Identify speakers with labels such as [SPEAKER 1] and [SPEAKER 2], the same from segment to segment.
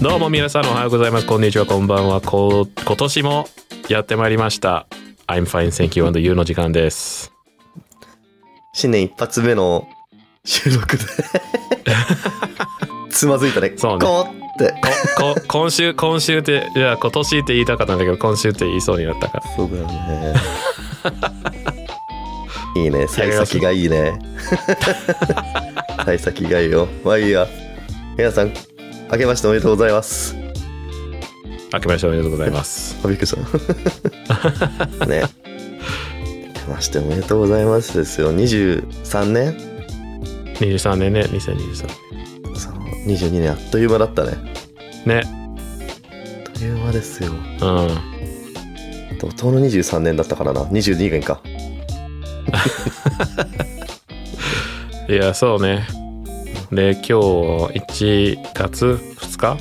[SPEAKER 1] どうも皆さんおはようございますこんにちはこんばんはこう今年もやってまいりました I'm fine thank you and you の時間です
[SPEAKER 2] 新年一発目の収録 でつまずいたね
[SPEAKER 1] そうね
[SPEAKER 2] こうって
[SPEAKER 1] ここ今週今週っていや今年って言いたかったんだけど今週って言いそうになったから
[SPEAKER 2] そうだよね いいね幸先がいいね幸先がいいよまあいいや皆さん明けましておめでとうございます
[SPEAKER 1] 明けましておめでとうございます
[SPEAKER 2] あびっくりした ね明けましておめでとうございますですよ23年
[SPEAKER 1] 23年ね2023
[SPEAKER 2] その22年あっという間だったね
[SPEAKER 1] ね
[SPEAKER 2] あっという間ですよ
[SPEAKER 1] うん
[SPEAKER 2] 怒涛の23年だったからな22年か
[SPEAKER 1] いやそうねで今日1月2日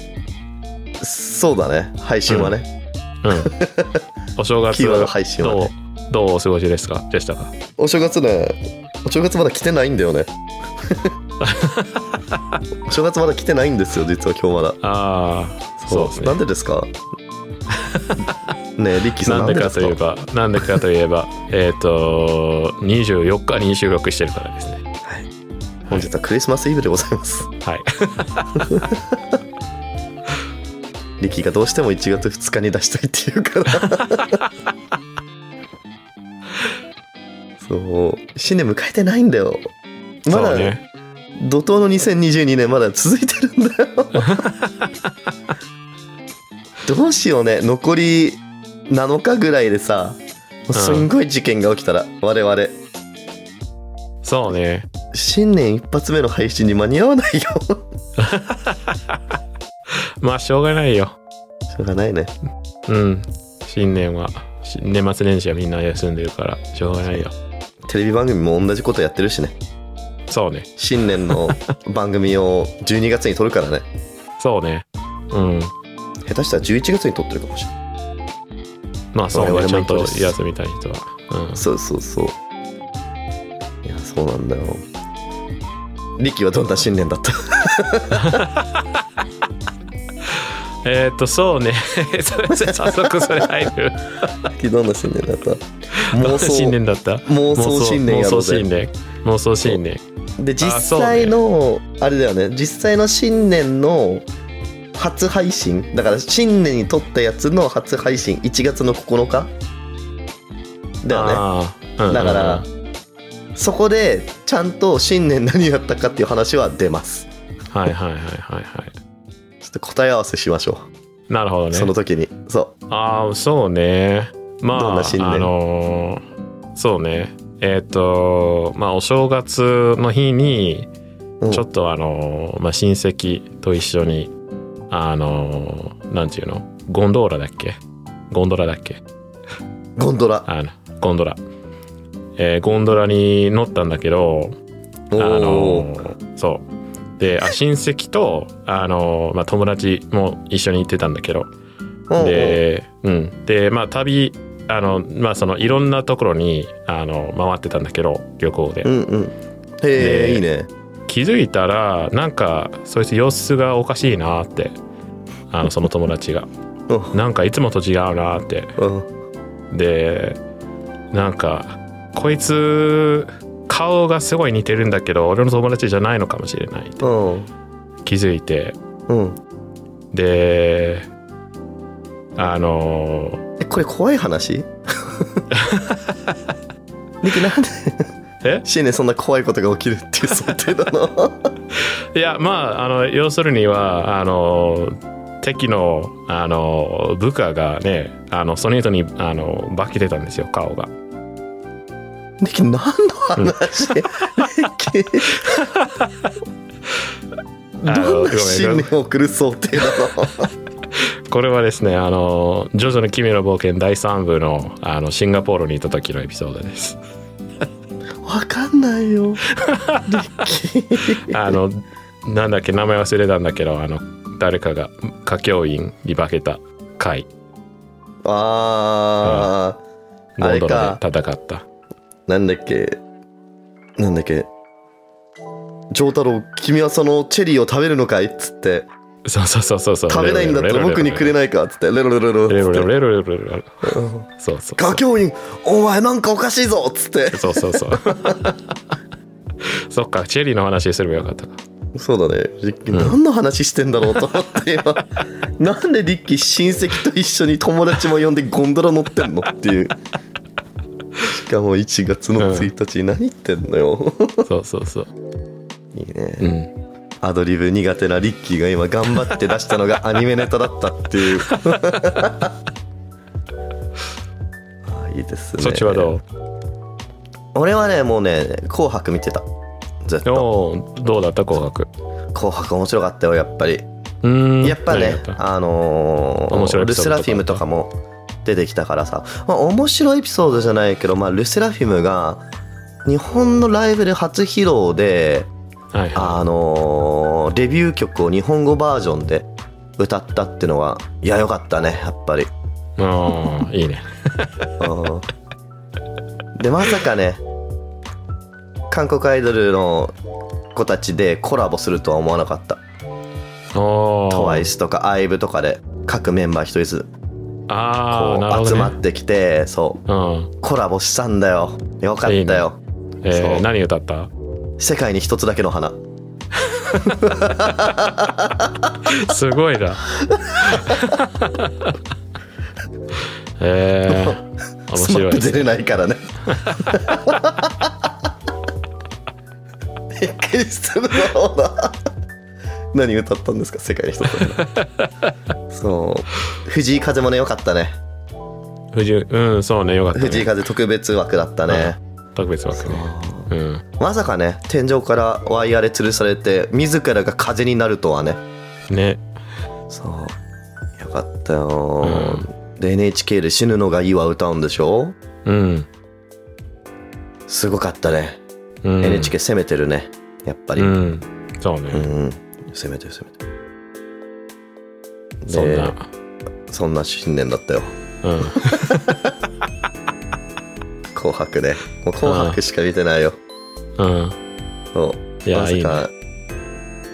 [SPEAKER 2] そうだね配信はね、
[SPEAKER 1] うん。お正月
[SPEAKER 2] キーワード配信は
[SPEAKER 1] どう
[SPEAKER 2] ね
[SPEAKER 1] どうお過ごしですかでしたか。
[SPEAKER 2] お正月ねお正月まだ来てないんだ よねお正月まだ来てないんですよ実は今日まだ
[SPEAKER 1] ああ、そうですね
[SPEAKER 2] なん。でですかねえリッキーさ
[SPEAKER 1] なんん
[SPEAKER 2] な
[SPEAKER 1] で
[SPEAKER 2] んで
[SPEAKER 1] か
[SPEAKER 2] です
[SPEAKER 1] と
[SPEAKER 2] か
[SPEAKER 1] いうか、 なんでかといえば、えっと、24日に収録してるからですね。
[SPEAKER 2] 本日はクリスマスイブでございます
[SPEAKER 1] はい。
[SPEAKER 2] リッキーがどうしても1月2日に出したいっていうから そう新年迎えてないんだよま
[SPEAKER 1] そ
[SPEAKER 2] だ
[SPEAKER 1] うね。
[SPEAKER 2] 怒涛の2022年まだ続いてるんだ よどうしようね残り7日ぐらいでさ
[SPEAKER 1] ん
[SPEAKER 2] すんごい事件が起きたら、我々
[SPEAKER 1] そうね。
[SPEAKER 2] 新年一発目の配信に間に合わないよ しょ
[SPEAKER 1] まあ、しょうがないよ。
[SPEAKER 2] うがないね
[SPEAKER 1] うん。新年は、し年末年始はみんな休んでるから、しょうがないよ。
[SPEAKER 2] テレビ番組も同じことやってるしね
[SPEAKER 1] そうね。
[SPEAKER 2] 新年の番組を12月に撮るからね
[SPEAKER 1] そうね。うん。
[SPEAKER 2] 下手したら11月に撮ってるかもしれない
[SPEAKER 1] まあ、そう
[SPEAKER 2] 我
[SPEAKER 1] ね。
[SPEAKER 2] 々
[SPEAKER 1] ち
[SPEAKER 2] も
[SPEAKER 1] ゃ
[SPEAKER 2] 一
[SPEAKER 1] ん
[SPEAKER 2] 個
[SPEAKER 1] と
[SPEAKER 2] です
[SPEAKER 1] 休みたい人は。うん。
[SPEAKER 2] そうそうそういやそうなんだよリキはどんな新年だった
[SPEAKER 1] えっと、そうね。 それ、早速それ入る。
[SPEAKER 2] リキどんな新年だった
[SPEAKER 1] どん
[SPEAKER 2] 妄
[SPEAKER 1] な新
[SPEAKER 2] 想
[SPEAKER 1] 年だった
[SPEAKER 2] 妄想新年やろうぜ
[SPEAKER 1] 妄想新年妄想新年
[SPEAKER 2] で実
[SPEAKER 1] あそうね
[SPEAKER 2] 際のあ,、れだよね実際の新年の初配信だから新年に撮ったやつの初配信1月の9日だよね
[SPEAKER 1] あーうんうんうん
[SPEAKER 2] だからそこでちゃんと新年何やったかっていう話は出ます
[SPEAKER 1] はいはいはいはいは
[SPEAKER 2] ちょっと答え合わせしましょ
[SPEAKER 1] いなるほ
[SPEAKER 2] う、
[SPEAKER 1] ど
[SPEAKER 2] その
[SPEAKER 1] ね
[SPEAKER 2] 時にそう
[SPEAKER 1] ああそうねまあ
[SPEAKER 2] どんな新年
[SPEAKER 1] あのーそうねえっ、とまあお正月の日に
[SPEAKER 2] うん
[SPEAKER 1] ちょっとあのーまあ、親戚と一緒にあのーなんていうのゴンドーラだっけゴンドラだっけ
[SPEAKER 2] ゴンドラ
[SPEAKER 1] あのゴンドラ、えーゴンドラに乗ったんだけど
[SPEAKER 2] お
[SPEAKER 1] あ
[SPEAKER 2] お
[SPEAKER 1] のそうであ親戚とあの、まあ、友達も一緒に行ってたんだけど
[SPEAKER 2] ー
[SPEAKER 1] で,、うん、でまあ旅あのまあそのいろんなところにあの回ってたんだけど旅行で、
[SPEAKER 2] うんうんへ
[SPEAKER 1] で
[SPEAKER 2] えいいね
[SPEAKER 1] 気づいたらなんかそいつ様子がおかしいなってあのその友達 が
[SPEAKER 2] うん
[SPEAKER 1] なんかいつもと違うなって
[SPEAKER 2] うん
[SPEAKER 1] でなんかこいつ顔がすごい似てるんだけど俺の友達じゃないのかもしれないって
[SPEAKER 2] うん
[SPEAKER 1] 気づいて
[SPEAKER 2] うん
[SPEAKER 1] であの
[SPEAKER 2] えこれ怖い話ニキなんで
[SPEAKER 1] え
[SPEAKER 2] 新年そんな怖いことが起きるっていう想定だな
[SPEAKER 1] いやまああの要するにはあの敵のあの部下がねあのその人にあの化けてたんですよ顔が
[SPEAKER 2] ニキ何の話、ニキ
[SPEAKER 1] あの
[SPEAKER 2] ど
[SPEAKER 1] ご
[SPEAKER 2] ん
[SPEAKER 1] め
[SPEAKER 2] な新
[SPEAKER 1] ん
[SPEAKER 2] 年を送る想定だな
[SPEAKER 1] これはですねあの「ジョジョの奇妙な冒険」第3部のあのシンガポールにいた時のエピソードです
[SPEAKER 2] わかんないよニキ
[SPEAKER 1] あの、なんだっけ、名前忘れたんだけど、あの、誰かが歌教員に化けた回、
[SPEAKER 2] あー
[SPEAKER 1] ゴ
[SPEAKER 2] あ
[SPEAKER 1] ン
[SPEAKER 2] れ
[SPEAKER 1] ドラ
[SPEAKER 2] か
[SPEAKER 1] で戦った。
[SPEAKER 2] なんだっけなんだっけ丈太郎君はそのチェリーを食べるのかいっつって
[SPEAKER 1] そうそうそうそうそう。
[SPEAKER 2] 食べないんだったら僕にくれないかっつってレロレロレロ
[SPEAKER 1] レ
[SPEAKER 2] レ
[SPEAKER 1] ロレ
[SPEAKER 2] ロ
[SPEAKER 1] ロ
[SPEAKER 2] レロ
[SPEAKER 1] レロレロレロ
[SPEAKER 2] うん
[SPEAKER 1] そうそうそう
[SPEAKER 2] 画教員お前なんかおかしいぞっつって
[SPEAKER 1] そうそう そう。そっか、チェリーの話すればよかったか。
[SPEAKER 2] そうだね、リッキー何の話してんだろうと思って今 なんでリッキー親戚と一緒に友達も呼んでゴンドラ乗ってんのっていうしかも1月の1日何言ってんのよ
[SPEAKER 1] そうそうそう。
[SPEAKER 2] いいね
[SPEAKER 1] うん。
[SPEAKER 2] アドリブ苦手なリッキーが今頑張って出したの がアニメネタだったって いうああいいですね
[SPEAKER 1] そっちはど
[SPEAKER 2] 俺はねもうね「紅白」見てたずっ
[SPEAKER 1] う
[SPEAKER 2] と
[SPEAKER 1] おーどうだった紅白。
[SPEAKER 2] 「紅白」面白かったよやっぱり
[SPEAKER 1] うーん。
[SPEAKER 2] やっぱね
[SPEAKER 1] 何だ、た
[SPEAKER 2] あのー
[SPEAKER 1] 面白いエピ
[SPEAKER 2] ル
[SPEAKER 1] ソー
[SPEAKER 2] セ
[SPEAKER 1] ド
[SPEAKER 2] ラフィムとかも出てきたからさ、まあ、面白いエピソードじゃないけど、まあ、ルセラフィムが日本のライブで初披露で、
[SPEAKER 1] はいは
[SPEAKER 2] あのーデビュー曲を日本語バージョンで歌ったっていうのは、いや、よかったね、やっぱり。
[SPEAKER 1] い。ああ、い いね。
[SPEAKER 2] うんで、まさかね、韓国アイドルの子たちでコラボするとは思わなかった。
[SPEAKER 1] おー。
[SPEAKER 2] TWICE とか IVE とかで各メンバー一人ずつ
[SPEAKER 1] ああ、なる
[SPEAKER 2] こ
[SPEAKER 1] ほ
[SPEAKER 2] う
[SPEAKER 1] ど、
[SPEAKER 2] 集
[SPEAKER 1] ね。
[SPEAKER 2] まってきて、そう
[SPEAKER 1] うん。
[SPEAKER 2] コラボしたんだよよかったよ
[SPEAKER 1] いいねえ
[SPEAKER 2] そう
[SPEAKER 1] ー、何歌った
[SPEAKER 2] 世界に一つだけの花
[SPEAKER 1] すご いな。えー、面
[SPEAKER 2] スマ
[SPEAKER 1] 白
[SPEAKER 2] ッ
[SPEAKER 1] いです
[SPEAKER 2] プ出
[SPEAKER 1] ね。
[SPEAKER 2] れないからねびっくりするだろうな何歌ったんですか世界に一つだけの花そう藤井風もねよかったね
[SPEAKER 1] 藤井うん、そうね、よかった、ね。
[SPEAKER 2] 藤井風特別枠だったね、
[SPEAKER 1] 特別枠ね。うん。
[SPEAKER 2] まさかね天井からワイヤーで吊るされて自らが風になるとはね
[SPEAKER 1] ね。
[SPEAKER 2] そうよかったよ、で NHK で「死ぬのがいい」は歌うんでしょ
[SPEAKER 1] うん。
[SPEAKER 2] すごかったね、
[SPEAKER 1] うん
[SPEAKER 2] NHK 攻めてるねやっぱり
[SPEAKER 1] う
[SPEAKER 2] うん、
[SPEAKER 1] ん。そうね。
[SPEAKER 2] 攻めてる攻めてるで
[SPEAKER 1] そんな。
[SPEAKER 2] そんな新年だったよ
[SPEAKER 1] うん。
[SPEAKER 2] 「紅白ね」もう「紅白」しか見てないよ
[SPEAKER 1] うん。
[SPEAKER 2] そう
[SPEAKER 1] いや
[SPEAKER 2] まさか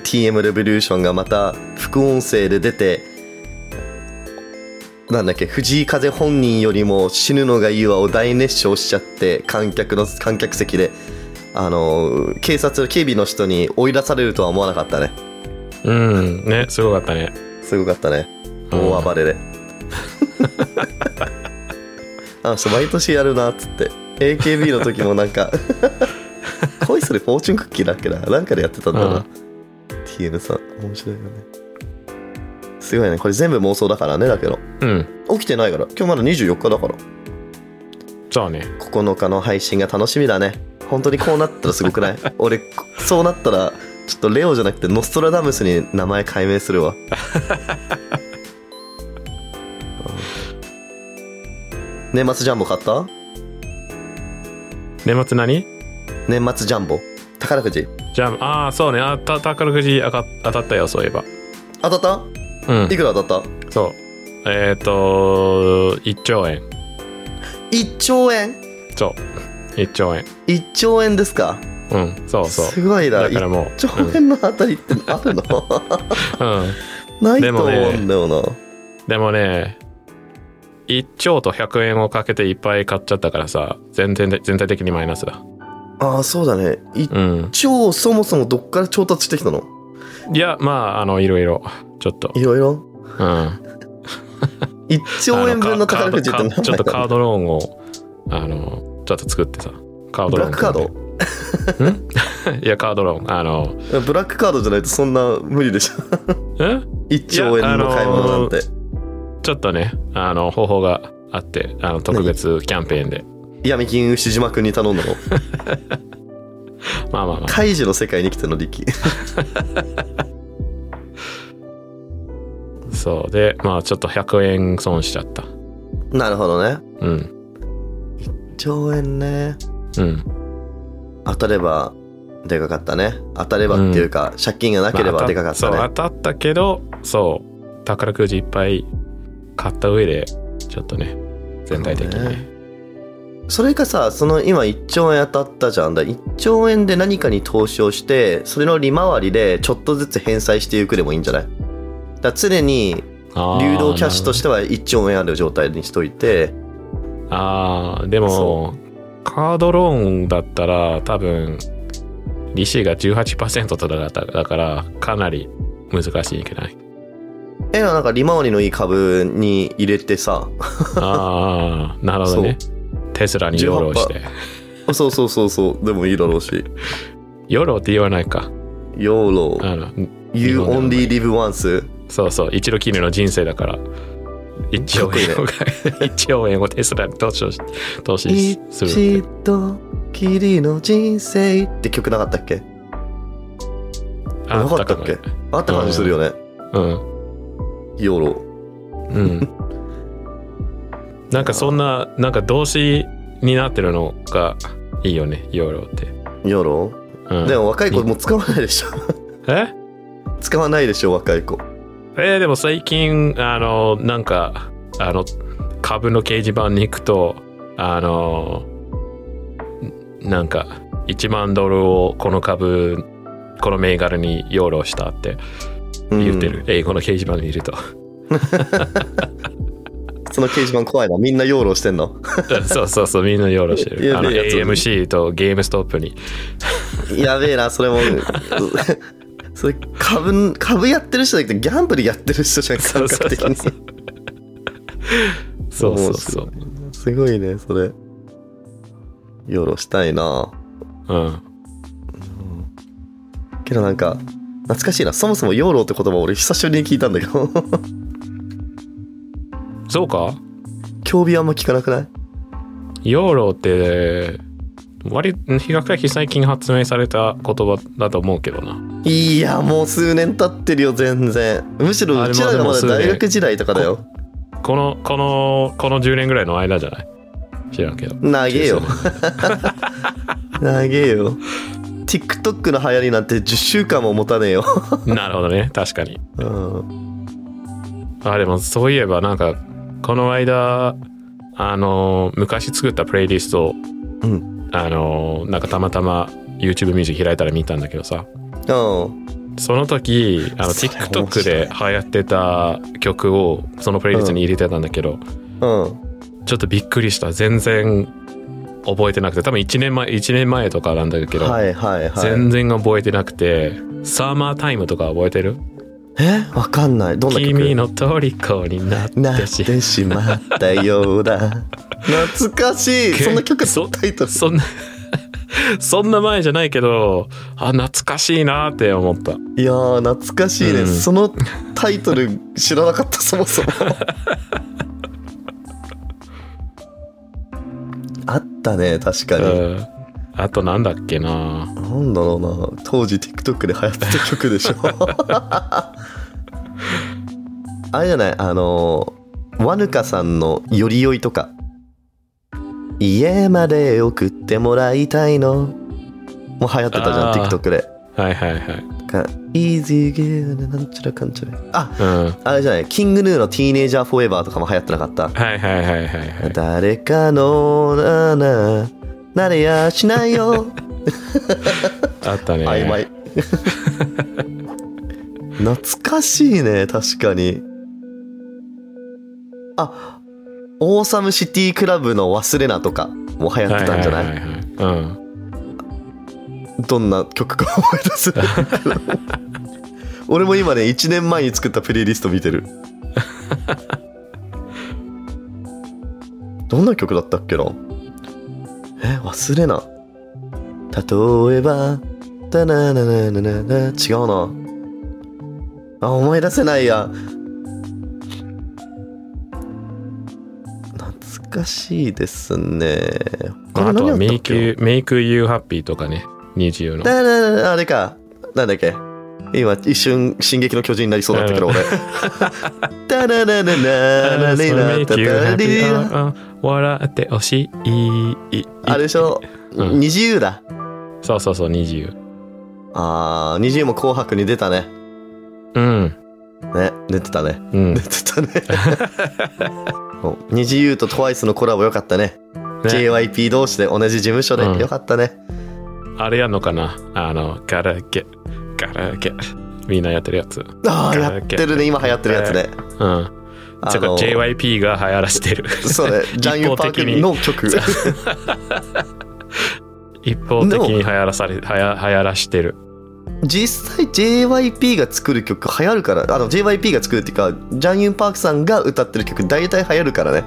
[SPEAKER 2] TM レボリューションがまた副音声で出てなんだっけ藤井風本人よりも「死ぬのがいいわ」を大熱唱しちゃって観客の観客席であの警察警備の人に追い出されるとは思わなかったね
[SPEAKER 1] うん。ね、すごかったね。
[SPEAKER 2] すごかったね
[SPEAKER 1] うん
[SPEAKER 2] 大暴れで あの人毎年やるなっつって AKB の時もなん か恋するフォーチュンクッキーだっけななんかでやってたんだ
[SPEAKER 1] う
[SPEAKER 2] な、
[SPEAKER 1] ん
[SPEAKER 2] TM さん面白いよねすごいねこれ全部妄想だからねだけど
[SPEAKER 1] うん。
[SPEAKER 2] 起きてないから今日まだ24日だから
[SPEAKER 1] そうね。
[SPEAKER 2] 9日の配信が楽しみだね本当にこうなったらすご くない俺そうなったらちょっとレオじゃなくてノストラダムスに名前改名するわうん年末ジャンボ買った
[SPEAKER 1] 年末何
[SPEAKER 2] 年末ジャンボ宝くじ
[SPEAKER 1] じゃあ、あーそうね。あた宝くじあか当たったよ、そういえば。
[SPEAKER 2] 当たった
[SPEAKER 1] うん
[SPEAKER 2] い。くら当たった
[SPEAKER 1] そう。えっ、と、1兆円。
[SPEAKER 2] 1兆円
[SPEAKER 1] そう。1兆円。
[SPEAKER 2] 1兆円ですか
[SPEAKER 1] うん。そうそう。
[SPEAKER 2] すごいな
[SPEAKER 1] だから
[SPEAKER 2] 1
[SPEAKER 1] もう。
[SPEAKER 2] 兆円のあたりってあるの
[SPEAKER 1] うん。うん
[SPEAKER 2] ない
[SPEAKER 1] で
[SPEAKER 2] と
[SPEAKER 1] もね
[SPEAKER 2] 思うんだよな
[SPEAKER 1] でもね、1兆と100円をかけていっぱい買っちゃったからさ、全然で全体的にマイナスだ。
[SPEAKER 2] ああそうだね1
[SPEAKER 1] うん。
[SPEAKER 2] 兆そもそもどっから調達してきたの
[SPEAKER 1] いや、まあ、あの、いろいろ。ちょっと。
[SPEAKER 2] いろいろ
[SPEAKER 1] うん。
[SPEAKER 2] 1兆円分の宝くじって
[SPEAKER 1] あのカカードカードちょっとカー
[SPEAKER 2] ド
[SPEAKER 1] ドローンをあのちょっと作ってさカード
[SPEAKER 2] ブ
[SPEAKER 1] ロー
[SPEAKER 2] ラ
[SPEAKER 1] ン
[SPEAKER 2] ックカード
[SPEAKER 1] いやカードローンあの
[SPEAKER 2] ブラックカードじゃないとそんな無理でしょ
[SPEAKER 1] ん
[SPEAKER 2] 1兆円の買い物なんて、
[SPEAKER 1] ちょっとねあの方法があってあの特別キャンペーンで
[SPEAKER 2] 闇金牛島君に頼んだ の
[SPEAKER 1] まあまあまあ
[SPEAKER 2] カイジの世界に来ての力
[SPEAKER 1] そうでまあちょっと100円損しちゃった
[SPEAKER 2] なるほどね
[SPEAKER 1] うん
[SPEAKER 2] 1兆円ね
[SPEAKER 1] うん
[SPEAKER 2] 当たればでかかったね当たればっていうか、借金がなければでかかったね、
[SPEAKER 1] まあ当たそう当たったけどそう宝くじいっぱい買った上でちょっとね全体的にね
[SPEAKER 2] それかさその今1兆円当たったじゃんだ1兆円で何かに投資をしてそれの利回りでちょっとずつ返済していくでもいいんじゃないだから常に
[SPEAKER 1] あー
[SPEAKER 2] 流動キャッシュとしては1オンエアの状態にしといて
[SPEAKER 1] ああでも
[SPEAKER 2] そ
[SPEAKER 1] カードローンだったら多分利子が18%とかだっただからかなり難しいけどね
[SPEAKER 2] えなんか利回りのいい株に入れてさ
[SPEAKER 1] ああなるほどねテスラにヨーロして
[SPEAKER 2] そうそうそうそうでもいいだろうし
[SPEAKER 1] ヨーロって言わないか
[SPEAKER 2] ヨーロ
[SPEAKER 1] あの
[SPEAKER 2] You
[SPEAKER 1] 日本で
[SPEAKER 2] only live once
[SPEAKER 1] そうそう一度きりの人生だから1兆円を一兆円をテスラに投資をし投資する
[SPEAKER 2] 一度きりの人生って曲なかったっけなかったっけあった感じするよね
[SPEAKER 1] うん
[SPEAKER 2] ヨーロ
[SPEAKER 1] うんなんかそんななんか動詞になってるのがいいよねヨーロって、
[SPEAKER 2] ヨーロ
[SPEAKER 1] うん、
[SPEAKER 2] でも若い子もう使わないで しょ
[SPEAKER 1] え
[SPEAKER 2] 使わないでしょ若い子
[SPEAKER 1] えーでも最近あのなんかあの株の掲示板に行くとあのんなんか1万ドルをこの株この銘柄に養老したって
[SPEAKER 2] うん
[SPEAKER 1] 言ってる、英語の掲示板にいると
[SPEAKER 2] その掲示板怖いなみんな養老してんの
[SPEAKER 1] そうそうそうみんな養老して
[SPEAKER 2] い
[SPEAKER 1] る
[SPEAKER 2] や
[SPEAKER 1] あの
[SPEAKER 2] いやそう
[SPEAKER 1] AMC とゲームストップに
[SPEAKER 2] やべえ なそれもそれ株株やってる人だけどギャンブルやってる人じゃん感覚的に
[SPEAKER 1] そうそうそうそう
[SPEAKER 2] すごいねそれ養老したいな
[SPEAKER 1] うん
[SPEAKER 2] けどなんか懐かしいなそもそも養老って言葉俺久しぶりに聞いたんだけど
[SPEAKER 1] そうか
[SPEAKER 2] 競技あんま聞かなくない
[SPEAKER 1] 養老って割比較的最近発明された言葉だと思うけどない
[SPEAKER 2] やもう数年経ってるよ全然むしろ
[SPEAKER 1] あれ
[SPEAKER 2] うちらがまだ
[SPEAKER 1] まあでも数年
[SPEAKER 2] 大学時代とかだよ
[SPEAKER 1] このこのこの10年ぐらいの間じゃない知らんけど
[SPEAKER 2] 長えよ
[SPEAKER 1] 90
[SPEAKER 2] 長えよ TikTok の流行りなんて10週間も持たねえよ、
[SPEAKER 1] 年 なるほどね確かに
[SPEAKER 2] うん、
[SPEAKER 1] あでもそういえばなんかこの間あの昔作ったプレイリストを、
[SPEAKER 2] うん
[SPEAKER 1] あのなんかたまたま YouTube ミュージック開いたら見たんだけどさ
[SPEAKER 2] うん
[SPEAKER 1] その時あの
[SPEAKER 2] それ面
[SPEAKER 1] TikTok
[SPEAKER 2] 白い
[SPEAKER 1] で流行ってた曲をそのプレイリストに入れてたんだけど、
[SPEAKER 2] うん
[SPEAKER 1] ちょっとびっくりした全然覚えてなくて多分1年前1年前とかなんだけど、
[SPEAKER 2] はいはいはい
[SPEAKER 1] 全然覚えてなくて「サーマータイム」とか覚えてる
[SPEAKER 2] えわかんないどんな曲
[SPEAKER 1] 君の虜になっ
[SPEAKER 2] なって
[SPEAKER 1] して
[SPEAKER 2] しまったようだ 懐かしいそんな曲
[SPEAKER 1] そ
[SPEAKER 2] タイトル
[SPEAKER 1] そんな そんな前じゃないけどあ懐かしいなって思った
[SPEAKER 2] いやー懐かしいね、
[SPEAKER 1] うん
[SPEAKER 2] そのタイトル知らなかったそもそ もあったね確かに、
[SPEAKER 1] うんあとなんだっけな
[SPEAKER 2] なんだろうな当時 TikTok で流行ってた曲でし ょあれじゃないあのわぬかさんの「よりよい」とか「家まで送ってもらいたいの」もう流行ってたじゃ
[SPEAKER 1] あ
[SPEAKER 2] ん
[SPEAKER 1] ー
[SPEAKER 2] TikTok で
[SPEAKER 1] はいはいはい
[SPEAKER 2] か「Easy Game」なんちゃらかんちゃらあ
[SPEAKER 1] うん
[SPEAKER 2] あれじゃないキングヌーの「ティーネイジャーフォーエバー」とかも流行ってなかった
[SPEAKER 1] はいはいはいはいはい
[SPEAKER 2] 誰かのなななれやしないよ
[SPEAKER 1] あったね
[SPEAKER 2] 曖昧懐かしいね確かにあオーサムシティクラブの「忘れな」とかも流行ってたんじゃない,、
[SPEAKER 1] はいはいはいはいうん
[SPEAKER 2] どんな曲か思い出せないけど俺も今ね1年前に作ったプレイリスト見てるどんな曲だったっけなえ忘れな例えばだなななななな違うなあ思い出せないや懐かしいですね
[SPEAKER 1] まああとは「
[SPEAKER 2] 他に何やったっけな
[SPEAKER 1] Make You- Make You Happy」とかね20の
[SPEAKER 2] だだだあれか。なんだっけ。今、一瞬、進撃の巨人になりそうだったけど、俺。 だ だだだだだだだだだだだだ
[SPEAKER 1] うん笑ってほしい
[SPEAKER 2] あれでしょ、
[SPEAKER 1] うん
[SPEAKER 2] 二自由だ。
[SPEAKER 1] そうそうそう20
[SPEAKER 2] あー、二自由も紅白に出たね。
[SPEAKER 1] うん
[SPEAKER 2] ね、出てたね。
[SPEAKER 1] うん
[SPEAKER 2] 出てたね。 そう二自由と TWICE のコラボよかったね。
[SPEAKER 1] ね
[SPEAKER 2] JYP 同士で同じ事務所で、
[SPEAKER 1] うん
[SPEAKER 2] よかったね。
[SPEAKER 1] あれやんのかなあの、ガラケ、ガラケ、みんなやってるやつ。
[SPEAKER 2] ああ、やってるね。今流行ってるやつね。
[SPEAKER 1] うん。
[SPEAKER 2] あ
[SPEAKER 1] てか
[SPEAKER 2] の
[SPEAKER 1] JYP が流行らしてる。
[SPEAKER 2] そうね。ジャンユパークの曲。
[SPEAKER 1] 一方的に流行らされ、流行流行らしてる。
[SPEAKER 2] 実際 JYP が作る曲流行るからあの JYP が作るっていうかジャンユン・パークさんが歌ってる曲大体流行るからね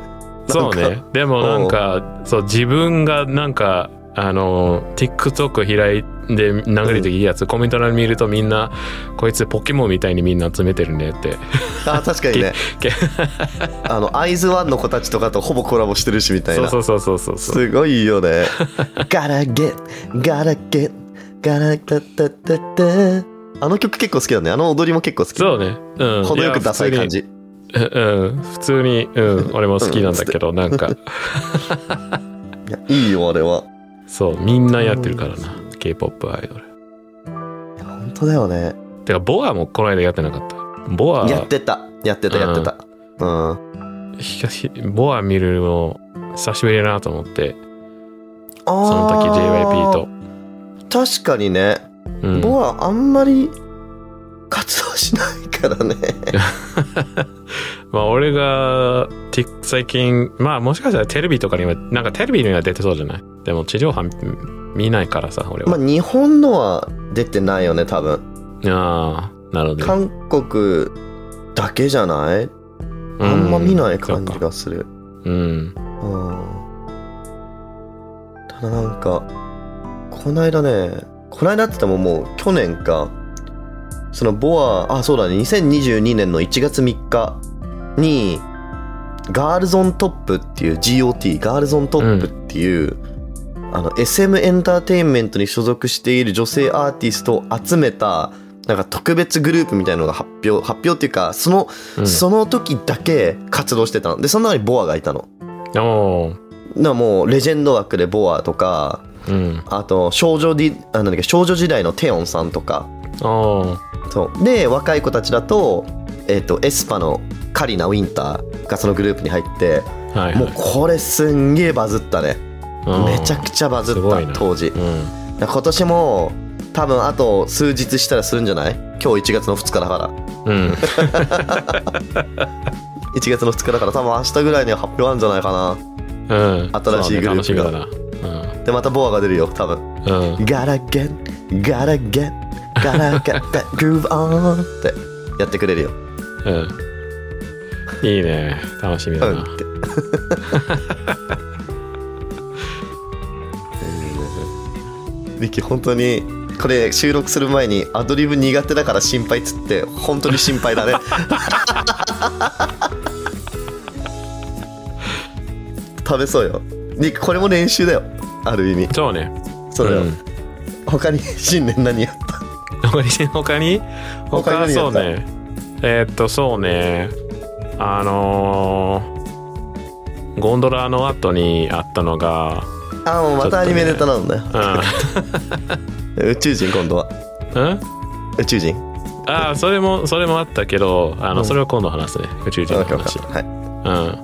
[SPEAKER 1] そう
[SPEAKER 2] なん
[SPEAKER 1] ね
[SPEAKER 2] か。
[SPEAKER 1] でもなんか、そう、自分がなんか、あの、TikTok 開いて流れていいやつ、コメント欄見るとみんな、こいつポケモンみたいにみんな集めてるねって。
[SPEAKER 2] あ確かにね
[SPEAKER 1] け
[SPEAKER 2] あのアイズワンの子たちとかとほぼコラボしてるしみたい
[SPEAKER 1] そう
[SPEAKER 2] な
[SPEAKER 1] そうそうそうそうそう。
[SPEAKER 2] すごいよね Gotta get gotta get gotta get da, da, da, da あの曲結構好きだねあの踊りも結構好き
[SPEAKER 1] そうね。うん。
[SPEAKER 2] 程よくダサい感じ
[SPEAKER 1] いや。普通にうん。普通に、うん。俺も好きなんだけど、なんか、
[SPEAKER 2] いやいいよあれは
[SPEAKER 1] そう、みんなやってるからな。K-POP アイドル。
[SPEAKER 2] 本当だよね
[SPEAKER 1] てか、ボアもこの間やってなかった。ボア、
[SPEAKER 2] やってたやってたやってたうん
[SPEAKER 1] ひひボア見るの久しぶりだなと思って、
[SPEAKER 2] そ
[SPEAKER 1] その時 JYP と。
[SPEAKER 2] 確かにね
[SPEAKER 1] うん、
[SPEAKER 2] ボアあんまり活動しないからね
[SPEAKER 1] まあ俺が、ティ最近、まあもしかしたらテレビとかには、なんかテレビには出てそうじゃないでも地上波見ないからさ、俺
[SPEAKER 2] まあ
[SPEAKER 1] は。
[SPEAKER 2] 日本のは出てないよね多分
[SPEAKER 1] ああ、なるほど。
[SPEAKER 2] 韓国だけじゃないあんま見ない感じ
[SPEAKER 1] うそっか
[SPEAKER 2] がする
[SPEAKER 1] うん。
[SPEAKER 2] うんただなんかこないだねこないだって言ってももう去年かそのボアあそうだね2022年の1月3日にガールズオントップっていう GOT ガールズオントップっていう、あの SM エンターテインメントに所属している女性アーティストを集めたなんか特別グループみたいなのが発表発表っていうかその、
[SPEAKER 1] うん
[SPEAKER 2] その時だけ活動してたのでその中にボアがいたの
[SPEAKER 1] おー
[SPEAKER 2] なもうレジェンド枠でボアとか
[SPEAKER 1] うん。
[SPEAKER 2] あと少女ディあなんだっけ少女時代のテヨンさんとか
[SPEAKER 1] おー
[SPEAKER 2] そうで若い子たちだと,、えっとエスパのカリナ・ウィンターがそのグループに入って
[SPEAKER 1] はい、はい。
[SPEAKER 2] もうこれすんげえバズったね
[SPEAKER 1] うん
[SPEAKER 2] めちゃくちゃバズっ
[SPEAKER 1] すごいな
[SPEAKER 2] た当時
[SPEAKER 1] うん。
[SPEAKER 2] 今年も多分あと数日したらするんじゃない今日1月の2日だから
[SPEAKER 1] うん。
[SPEAKER 2] 1月の2日だから多分明日ぐらいには発表あるんじゃないかな
[SPEAKER 1] うん。
[SPEAKER 2] 新しいグループが
[SPEAKER 1] そうね楽しみだな。
[SPEAKER 2] でまたボアが出るよ多
[SPEAKER 1] う
[SPEAKER 2] 分
[SPEAKER 1] ん。うん。
[SPEAKER 2] Gotta get gotta get gotta get that groove on ってやってくれるよ
[SPEAKER 1] うん。いいね。楽しみ
[SPEAKER 2] う
[SPEAKER 1] だ
[SPEAKER 2] ん
[SPEAKER 1] な。
[SPEAKER 2] ってリキ本当にこれ収録する前にアドリブ苦手だから心配っつって本当に心配だ ね食べそうよリキこれも練習だよある意味
[SPEAKER 1] そうね。
[SPEAKER 2] そうだよ、
[SPEAKER 1] うん
[SPEAKER 2] 他に新年何やった
[SPEAKER 1] 他に他に
[SPEAKER 2] 他に
[SPEAKER 1] 他
[SPEAKER 2] 何
[SPEAKER 1] そ
[SPEAKER 2] や
[SPEAKER 1] う
[SPEAKER 2] った
[SPEAKER 1] ねえーっとそうねあのーゴンドラの後にあったのが
[SPEAKER 2] あもうまたアニメネタなんだよ、
[SPEAKER 1] う
[SPEAKER 2] 宇宙人今度
[SPEAKER 1] ん、
[SPEAKER 2] は
[SPEAKER 1] うん、
[SPEAKER 2] 宇宙人
[SPEAKER 1] ああそれもそれもあったけどあの、
[SPEAKER 2] うん
[SPEAKER 1] それは今度話すね宇宙人の
[SPEAKER 2] わかるわ
[SPEAKER 1] 話
[SPEAKER 2] かるはい
[SPEAKER 1] うんだ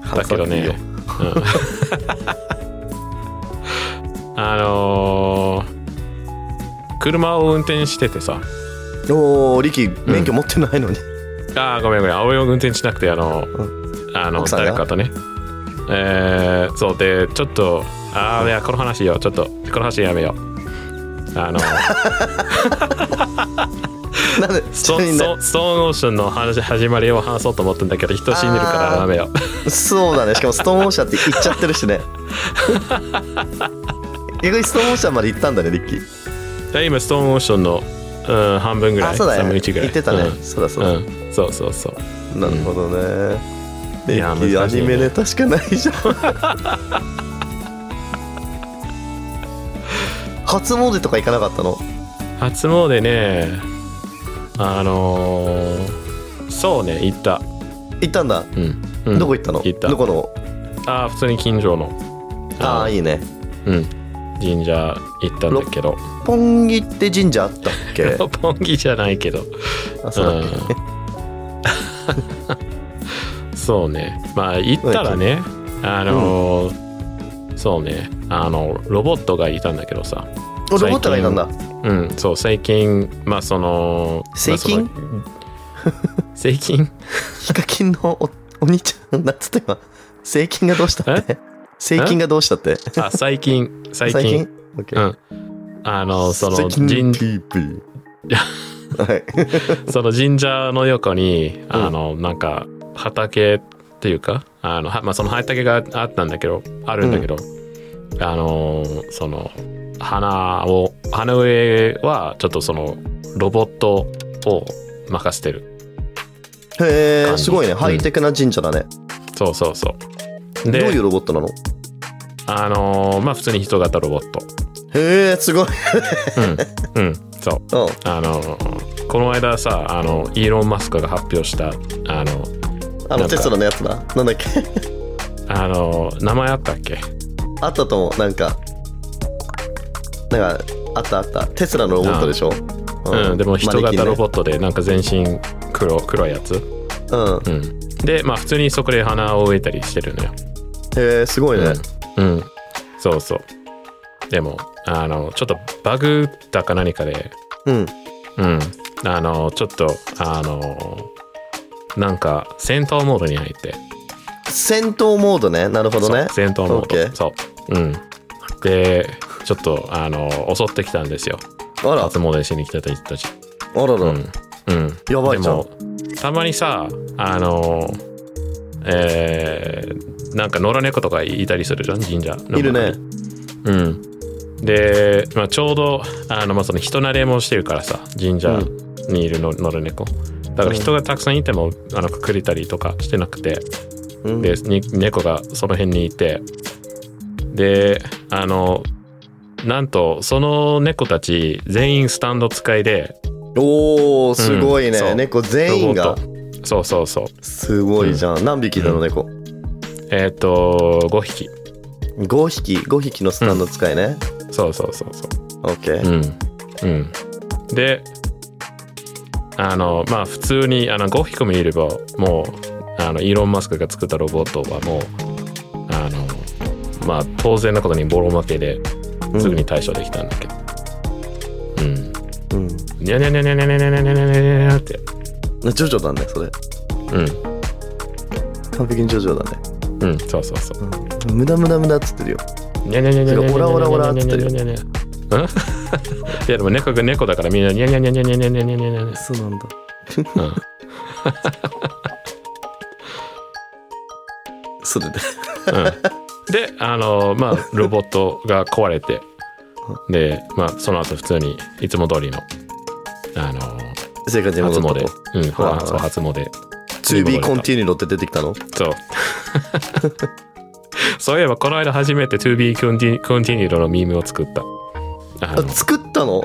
[SPEAKER 2] 話
[SPEAKER 1] け
[SPEAKER 2] さな
[SPEAKER 1] ど
[SPEAKER 2] くていい
[SPEAKER 1] ね
[SPEAKER 2] よ
[SPEAKER 1] うん あのー車を運転しててさ
[SPEAKER 2] おーリキ免許持ってないのに、
[SPEAKER 1] ああごめんごめん俺を運転しなくてあのあの
[SPEAKER 2] 奥さんが
[SPEAKER 1] 誰かとねえー、そうでちょっとああいやこの話よちょっとこの話やめようあ の
[SPEAKER 2] なん で
[SPEAKER 1] スト
[SPEAKER 2] ちなみにね
[SPEAKER 1] ストーンオーシャンの話始まりを話そうと思ったんだけど人死んでるから
[SPEAKER 2] あー
[SPEAKER 1] やめよ
[SPEAKER 2] そうだねしかもストーンオーシャンって言っちゃってる しね逆にストーンオーシャンまで行ったんだねリッキー
[SPEAKER 1] う で今ストーンオーシャンの、うん、半分ぐらい
[SPEAKER 2] あそうだ
[SPEAKER 1] 3分
[SPEAKER 2] ね
[SPEAKER 1] の1ぐらい
[SPEAKER 2] 行ってたね、
[SPEAKER 1] うん
[SPEAKER 2] そうだそう
[SPEAKER 1] う
[SPEAKER 2] だ、
[SPEAKER 1] ん、そうそうそう
[SPEAKER 2] なるほどね、リ
[SPEAKER 1] いや
[SPEAKER 2] ッキーア
[SPEAKER 1] 難しいね
[SPEAKER 2] ニメネタしかないじゃん 初詣とか行かなかったの
[SPEAKER 1] 初詣ねあのーそうね行った、
[SPEAKER 2] 行ったんだ、
[SPEAKER 1] うんうん、
[SPEAKER 2] どこ行ったの
[SPEAKER 1] 行った
[SPEAKER 2] どこの
[SPEAKER 1] ああ普通に近所の
[SPEAKER 2] ああ
[SPEAKER 1] の
[SPEAKER 2] いいね
[SPEAKER 1] うん、神社行ったんだけど
[SPEAKER 2] ポンギって神社あったっ け
[SPEAKER 1] ポンギじゃないけど
[SPEAKER 2] あそうだっけ、
[SPEAKER 1] そうねまあ行ったらねあのーそうねあのロボットがいたんだけどさ
[SPEAKER 2] おロボットがいたんだ。
[SPEAKER 1] うんそう最近まあその
[SPEAKER 2] 聖金
[SPEAKER 1] まあその聖金
[SPEAKER 2] ヒカキンのおお兄ちゃん、なんつった今。聖金がどうしたって聖金がどうしたって
[SPEAKER 1] あ最近最近
[SPEAKER 2] オッケ
[SPEAKER 1] う
[SPEAKER 2] ー。
[SPEAKER 1] んあのその
[SPEAKER 2] 聖金
[SPEAKER 1] 神
[SPEAKER 2] PP はい。
[SPEAKER 1] その神社の横に
[SPEAKER 2] うん
[SPEAKER 1] あの、なんか畑っていうかあの、はまあ、その畑があったんだけどあるんだけど、あのその花を花植えはちょっとそのロボットを任せてる管
[SPEAKER 2] へえ、
[SPEAKER 1] 理
[SPEAKER 2] すごいね。
[SPEAKER 1] うん
[SPEAKER 2] ハイテクな神社だね。
[SPEAKER 1] そうそうそう
[SPEAKER 2] どう
[SPEAKER 1] で
[SPEAKER 2] いうロボットなの
[SPEAKER 1] あのまあ普通に人型ロボット
[SPEAKER 2] へえ、すごい。
[SPEAKER 1] うんうんそう
[SPEAKER 2] うん。
[SPEAKER 1] あのこの間さあのイーロン・マスクが発表したあのな
[SPEAKER 2] あの
[SPEAKER 1] んか
[SPEAKER 2] テスラのやつだ。なんだっけ
[SPEAKER 1] あの名前あったっけ
[SPEAKER 2] あったと思う。なんか。なんか、あったあった。テスラのロボットでしょ。
[SPEAKER 1] うん、でも人型ロボ
[SPEAKER 2] ッ
[SPEAKER 1] ットでなんか全身黒黒いやつ、
[SPEAKER 2] ト。うん
[SPEAKER 1] うん、でまあ普通にそこで花を植えたりしてるのよ、。
[SPEAKER 2] へえ、すごいね。
[SPEAKER 1] うんうん、そうそうでもあのちょっとバグだか何かで
[SPEAKER 2] うん。
[SPEAKER 1] うんあのちょっとあのなんか戦闘モードに入って
[SPEAKER 2] 戦闘モードね。なるほどね
[SPEAKER 1] そう。戦闘モ
[SPEAKER 2] オッケ
[SPEAKER 1] ード
[SPEAKER 2] ー
[SPEAKER 1] そううんでちょっとあの襲ってきたんですよ
[SPEAKER 2] あら、
[SPEAKER 1] 初詣しに来てた人たち
[SPEAKER 2] あら
[SPEAKER 1] う
[SPEAKER 2] ら。
[SPEAKER 1] んうん、
[SPEAKER 2] やばいじゃん
[SPEAKER 1] でもたまにさあのえーなんか野良猫とかいたりするじゃん神社の中に
[SPEAKER 2] いるね。
[SPEAKER 1] うんで、まあ、ちょうどあの、まあ、その人慣れもしてるからさ神社にいるの野良猫だから人がたくさんいてもあのくくれたりとかしてなくて
[SPEAKER 2] うん
[SPEAKER 1] でに猫がその辺にいてであのなんとその猫たち全員スタンド使いで
[SPEAKER 2] おー、すごい
[SPEAKER 1] うん
[SPEAKER 2] ね。
[SPEAKER 1] そう
[SPEAKER 2] 猫全員
[SPEAKER 1] ロ
[SPEAKER 2] が
[SPEAKER 1] ボ。ットそうそうそう
[SPEAKER 2] すごいじゃん。何匹いたの、
[SPEAKER 1] うん
[SPEAKER 2] 猫。
[SPEAKER 1] えっ、と5匹
[SPEAKER 2] 5匹、5匹のスタンド使いね。
[SPEAKER 1] そうそうそうそ
[SPEAKER 2] オッケー
[SPEAKER 1] う。うんうんであのまあ普通にあの5匹もいればもうあのイーロン・マスクが作ったロボットはもうあのまあ当然なことにボロ負けで
[SPEAKER 2] うん
[SPEAKER 1] すぐに対処できたんだけどうん
[SPEAKER 2] うん。
[SPEAKER 1] にゃにゃにゃにゃにゃにゃにゃにゃにゃにゃにゃにゃにゃって
[SPEAKER 2] ジョジョだね、それ。
[SPEAKER 1] うん
[SPEAKER 2] 完璧にジョジョだね。
[SPEAKER 1] うんそうそうそう
[SPEAKER 2] うん、無駄無駄無駄っつってるよ。
[SPEAKER 1] にゃにゃにゃにゃにゃにゃにゃにゃにゃ
[SPEAKER 2] オラオラオラっつってるよ
[SPEAKER 1] にゃにゃにゃにゃうんいやでも猫が猫だからみんなにゃにゃにゃにゃにゃにゃにゃにゃにゃにゃにゃ
[SPEAKER 2] そうなんだ。
[SPEAKER 1] うん
[SPEAKER 2] それで。
[SPEAKER 1] うんであのまあロボットが壊れてでまあその後普通にいつも通りのあの
[SPEAKER 2] 生活に
[SPEAKER 1] 初
[SPEAKER 2] 戻った
[SPEAKER 1] 詣う
[SPEAKER 2] と。
[SPEAKER 1] んほら
[SPEAKER 2] はい
[SPEAKER 1] そう初詣
[SPEAKER 2] To be continued って出てきたの
[SPEAKER 1] そう そういえばこの間初めて To be continued のミームを作ったあ
[SPEAKER 2] あ
[SPEAKER 1] の、
[SPEAKER 2] 作ったの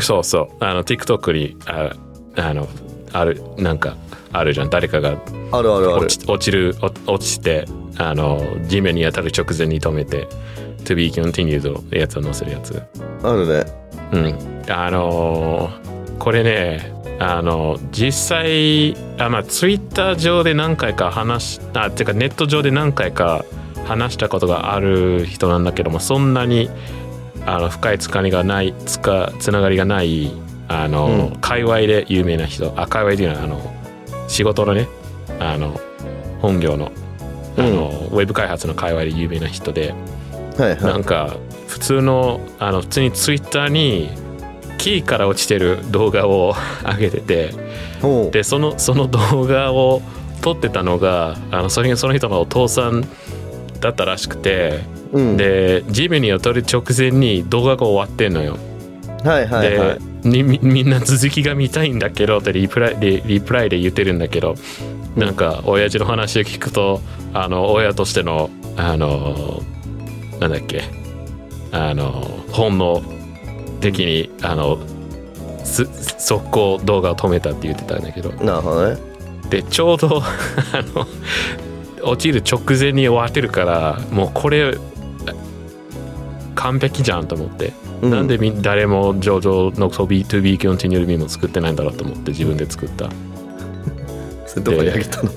[SPEAKER 1] そうそうあの TikTok にああのあるなんかあるじゃん誰かが
[SPEAKER 2] あるあるある
[SPEAKER 1] 落。ち落ちる落落ちてあの地面に当たる直前に止めて To be continued のやつを載せるやつ
[SPEAKER 2] あるね。
[SPEAKER 1] うんあのーこれねあの実際あまあツイッター上で何回か話したあてかネット上で何回か話したことがある人なんだけどもそんなにあの深いつかりがないつかつながりがないあの、界隈で有名な人あ界隈っていうのはあの仕事のねあの本業のあの、ウェブ開発の界隈で有名な人で、
[SPEAKER 2] はいは。
[SPEAKER 1] ないんか普通のあの普通にツイッターにキーから落ちてる動画を 上げてて
[SPEAKER 2] おう
[SPEAKER 1] でそのその動画を撮ってたのがあのそれその人のお父さんだったらしくて
[SPEAKER 2] うん。
[SPEAKER 1] でジムに当たる直前に動画が終わってんのよ。
[SPEAKER 2] はいはいは
[SPEAKER 1] で。
[SPEAKER 2] い
[SPEAKER 1] にみみんな続きが見たいんだけどってリプライでリプライで言ってるんだけどなんか親父の話を聞くとあの親としてのあのなんだっけあの本能的にあのす速攻動画を止めたって言ってたんだけど
[SPEAKER 2] なるほどね。
[SPEAKER 1] でちょうど あの落ちる直前に終わってるからもうこれ完璧じゃんと思って
[SPEAKER 2] う
[SPEAKER 1] なんでみ誰も上場の b to b 基本的によりみも作ってないんだろうと思って自分で作った
[SPEAKER 2] それ どこにあげたの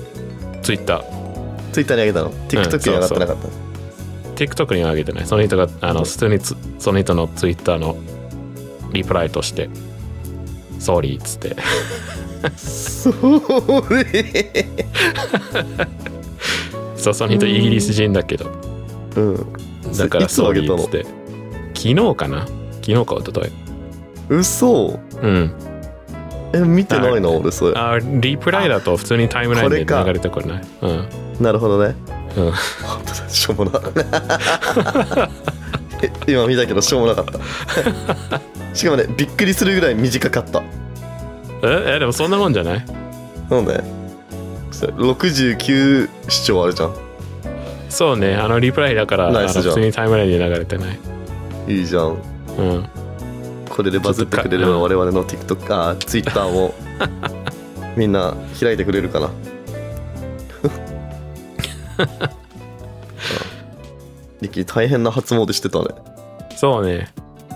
[SPEAKER 1] ツイッター
[SPEAKER 2] ?Twitter にあげたの ?TikTok に上がってなかっ
[SPEAKER 1] TikTok には上げてない。その人が、あの、普通につその人の Twitter のリプライとして、ソーリーっつって。
[SPEAKER 2] それ。
[SPEAKER 1] そう、その人イギリス人だけど、
[SPEAKER 2] うん。
[SPEAKER 1] だから
[SPEAKER 2] いつ
[SPEAKER 1] ソー
[SPEAKER 2] 上
[SPEAKER 1] リ
[SPEAKER 2] げた
[SPEAKER 1] ー
[SPEAKER 2] の
[SPEAKER 1] っつって。昨日かな昨日か一昨日
[SPEAKER 2] 嘘。
[SPEAKER 1] うん。
[SPEAKER 2] え、見てないな、俺、それ。
[SPEAKER 1] あ、リプライだと普通にタイムラインで
[SPEAKER 2] これか
[SPEAKER 1] 流れてこれない。うん。
[SPEAKER 2] なるほどね。
[SPEAKER 1] うん。
[SPEAKER 2] 本当だしょうもな。 え今見たけど、しょうもなかった。しかもね、びっくりするぐらい短かった。
[SPEAKER 1] え、えでもそんなもんじゃない
[SPEAKER 2] なんでそれ ?69 視聴あるじゃん。
[SPEAKER 1] そうね、あのリプライだから、あ
[SPEAKER 2] ナ
[SPEAKER 1] の
[SPEAKER 2] イスじゃん
[SPEAKER 1] 普通にタイムラインで流れてない。
[SPEAKER 2] いいじゃん。
[SPEAKER 1] うん。
[SPEAKER 2] これでバズってくれれ
[SPEAKER 1] ちょっ
[SPEAKER 2] ば
[SPEAKER 1] と
[SPEAKER 2] 我々の TikTok あ Twitter もみんな開いてくれるかなリッキー大変な初詣してたね、
[SPEAKER 1] そうね。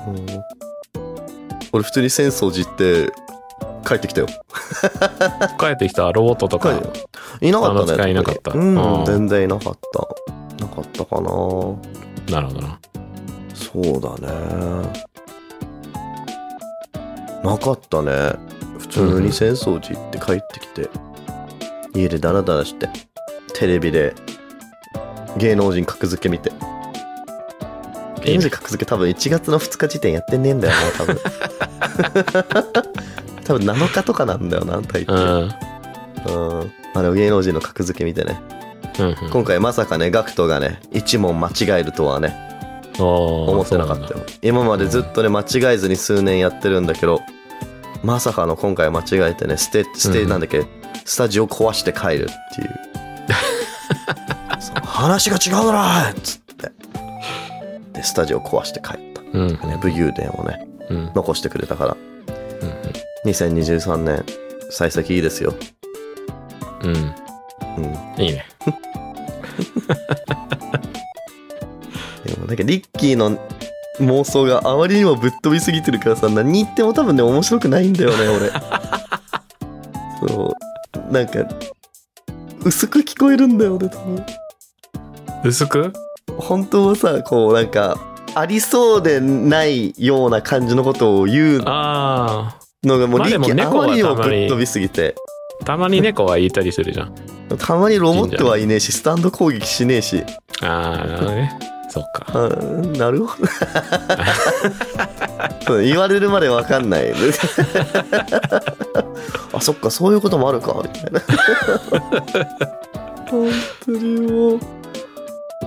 [SPEAKER 2] うん俺普通に浅草寺行って帰ってきたよ
[SPEAKER 1] 帰ってきたロボットとか
[SPEAKER 2] 帰。いなかっ
[SPEAKER 1] あの
[SPEAKER 2] た
[SPEAKER 1] 使
[SPEAKER 2] ね
[SPEAKER 1] いいなかった
[SPEAKER 2] 特に
[SPEAKER 1] う
[SPEAKER 2] うんん全然いなかったなかったかな
[SPEAKER 1] なるほどな。
[SPEAKER 2] そうだねなかったね普通に浅草寺行って帰ってきて、家でダラダラしてテレビで芸能人格付け見て
[SPEAKER 1] い
[SPEAKER 2] 芸
[SPEAKER 1] い
[SPEAKER 2] 能
[SPEAKER 1] ね
[SPEAKER 2] 人格付け多分1月の2日時点やってねえんだよな多分多分7日とかなんだよな大
[SPEAKER 1] うん。う
[SPEAKER 2] 抵
[SPEAKER 1] ん
[SPEAKER 2] うん、あの芸能人の格付け見てね
[SPEAKER 1] うん。
[SPEAKER 2] 今回まさかね GACKT がね1問間違えるとはね
[SPEAKER 1] 思
[SPEAKER 2] 思ってなかったよ今までずっとね間違えずに数年やってるんだけどまさかの今回間違えてねステステ、
[SPEAKER 1] うん
[SPEAKER 2] なんだっけスタジオ壊して帰るって いうそう話が違うだろっつってでスタジオ壊して帰った、
[SPEAKER 1] うん。うん。
[SPEAKER 2] ね、武勇伝をね
[SPEAKER 1] うん。
[SPEAKER 2] 残してくれたから
[SPEAKER 1] う
[SPEAKER 2] 2023年幸先いいですよ、
[SPEAKER 1] ん。
[SPEAKER 2] うん、で
[SPEAKER 1] うんいいね。
[SPEAKER 2] もなんかリッキーの妄想があまりにもぶっ飛びすぎてるからさ何言っても多分ね面白くないんだよね 俺そうなんか薄く聞こえるんだよね多分
[SPEAKER 1] 薄く
[SPEAKER 2] 本当はさこうなんかありそうでないような感じのことを言う
[SPEAKER 1] あ
[SPEAKER 2] のがもう
[SPEAKER 1] まあ
[SPEAKER 2] リ
[SPEAKER 1] で
[SPEAKER 2] ッ
[SPEAKER 1] も
[SPEAKER 2] キーあ
[SPEAKER 1] 猫は
[SPEAKER 2] まりにも
[SPEAKER 1] た
[SPEAKER 2] ぶ
[SPEAKER 1] まに
[SPEAKER 2] っ飛びすぎて
[SPEAKER 1] あ。たまに猫は言ったりするじゃん。
[SPEAKER 2] たまにロボットはいねえしスタンド攻撃しねえし
[SPEAKER 1] ああ、なるほどね。そっか。
[SPEAKER 2] あなるほどそう言われるまで分かんない あそっかそういうこともあるかみたいな本当にもう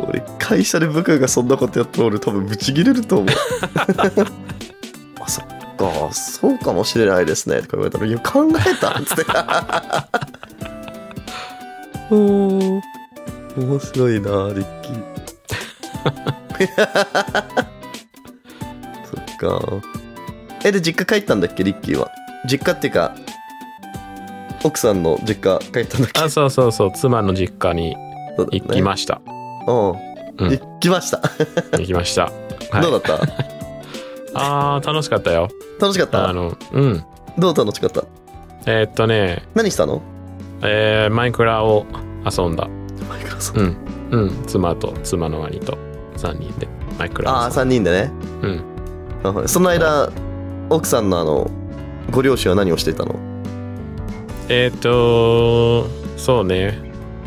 [SPEAKER 2] 俺会社で部下がそんなことやったら俺多分ブチギレると思うあそっかそうかもしれないですねとか言われたら「いや考えた」っつっておー面白いなリッキー そっか。え、で、実家帰ったんだっけ、リッキーは。実家っていうか、奥さんの実家帰ったんだっけ。
[SPEAKER 1] あ、そうそうそう。妻の実家に
[SPEAKER 2] そうだね
[SPEAKER 1] 行きました。
[SPEAKER 2] う。
[SPEAKER 1] うんん
[SPEAKER 2] 行きました。
[SPEAKER 1] 行きました。はい
[SPEAKER 2] どうだった
[SPEAKER 1] ああ、楽しかったよ。
[SPEAKER 2] 楽しかっ
[SPEAKER 1] あ
[SPEAKER 2] た
[SPEAKER 1] の、うん。
[SPEAKER 2] どう楽しかった
[SPEAKER 1] えーっとね、
[SPEAKER 2] 何したの
[SPEAKER 1] えーマイクラを遊んだ。
[SPEAKER 2] マイクラソフ
[SPEAKER 1] う
[SPEAKER 2] ト。
[SPEAKER 1] ん。うん。妻と妻の兄と3人でマイクラを
[SPEAKER 2] あ
[SPEAKER 1] 遊
[SPEAKER 2] あ、
[SPEAKER 1] んだ。
[SPEAKER 2] 3人でね。
[SPEAKER 1] うん。
[SPEAKER 2] うんその間、奥さんのあの、ご両親は何をしていたの
[SPEAKER 1] えっ、とそうね